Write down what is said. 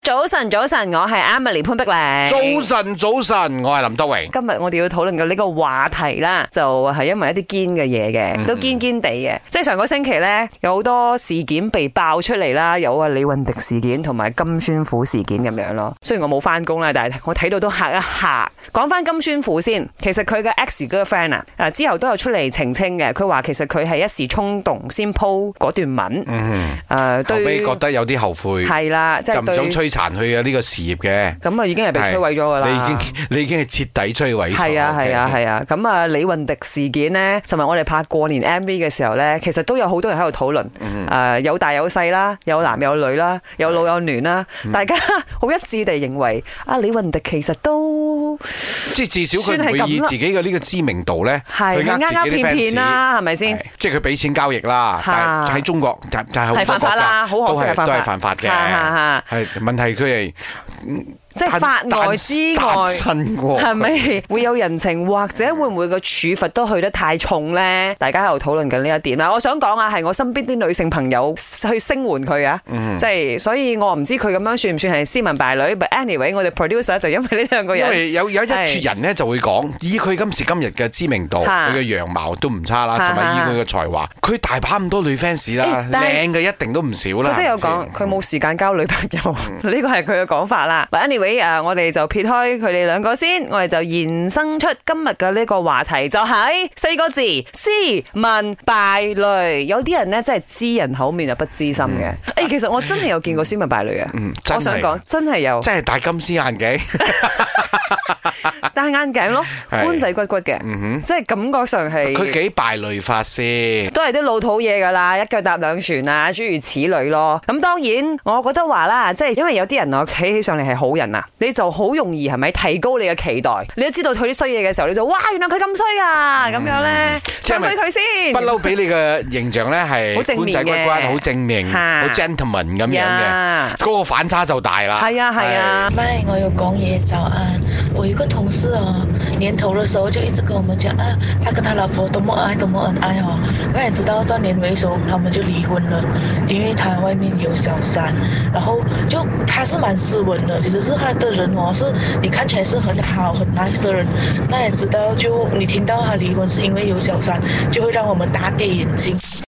早晨，早晨，我係 Emily 潘碧玲。早晨，早晨，我係林德榮。今日我哋要討論嘅呢個話題啦，就係因為一啲堅嘅嘢嗯嘅，都堅堅地嘅。即係上個星期呢，有好多事件被爆出嚟啦，有啊李運迪事件同埋金宣虎事件咁樣咯。雖然我冇翻工啦，但係我睇到都嚇一嚇。講翻金宣虎先，其實佢嘅 ex girlfriend 啊，啊之後都有出嚟澄清嘅，佢話其實佢係一時衝動先 po 嗰段文，嗯，誒後尾對覺得有啲後悔，係啦，即就係唔對想摧殘佢嘅呢個事業嘅。咁啊已經係被摧毀咗㗎啦。你已經 你已經係徹底摧毀咗。係啊係啊 OK 係啊，咁啊李運迪事件呢，同埋我哋拍過年 M V 嘅時候呢，其實都有好多人喺度討論，誒、有大有細啦，有男有女啦，有老有嫩啦，大家好一致地認為啊李運迪其實都即係至少佢算唔係咁啦會以自己嘅呢個知名度咧，去係呃啱自啱己啲片片 fans。啊啦，係咪先係？即係佢俾錢交易啦，嚇但係喺中國，但但係好多係犯國法家啦，好可惜係都係都係犯犯法法嘅。嚇嚇嚇係問題，佢係即係法外之單外。身喎係 咪會有人情，或者會唔會個處罰都去得太重呢？大家喺度討論緊呢一點啦。我想講啊，係我身邊啲女性朋友去聲援佢啊，嗯即係所以我唔知佢咁樣算唔算係斯文敗類。But anyway，我哋 producer 就因為呢兩個因人。為有有一撮係人咧就會講，以佢今時今日嘅知名度，嚇佢嘅樣貌都唔差啦，嚇同埋嚇以佢嘅才華，佢大把咁多女 fans 啦，誒但係靚嘅一定都唔啊嗯少啦。佢真係有係咪講，先佢冇時間交女朋友， 呢個係佢嘅講法啦。But anyway，誒，我哋就撇開佢哋兩個先，我哋就延伸出今日嘅呢個話題，就係四個字：斯文敗類。有啲人呢，真係知人口面啊，不知心嘅。誒，其實我真係有見過斯文敗類啊！嗯我想真係講，真係有真係戴金絲眼鏡，戴眼鏡咯，係嗯官仔骨骨嘅，即係感覺上係佢幾敗類法先。都係啲老土嘢㗎啦，一腳踏兩船啊，諸如此類咯。咁當然，我覺得話啦，即係因為有啲人啊，企起上嚟係好人啊，你就好容易係咪提高你嘅期待？你一知道佢啲衰嘢嘅時候，你就哇，原來佢咁衰啊，咁樣咧，嗯即係唱咪衰佢先不。嬲俾你嘅形象咧係好正官面仔骨骨，嘅好正面，嚇好 gentleman 咁樣嘅，呀嗰個反差就大啦。係啊係啊。麦，我有公爷早安。我有一个同事哦，年头的时候就一直跟我们讲啊，他跟他老婆多么恩爱，多么恩爱哦。那也知道到年尾的时候他们就离婚了，因为他外面有小三，然后就他是蛮斯文的，只是他的人哦是你看起来是很好很 nice 的人，那也知道就你听到他离婚是因为有小三，就会让我们大跌眼镜。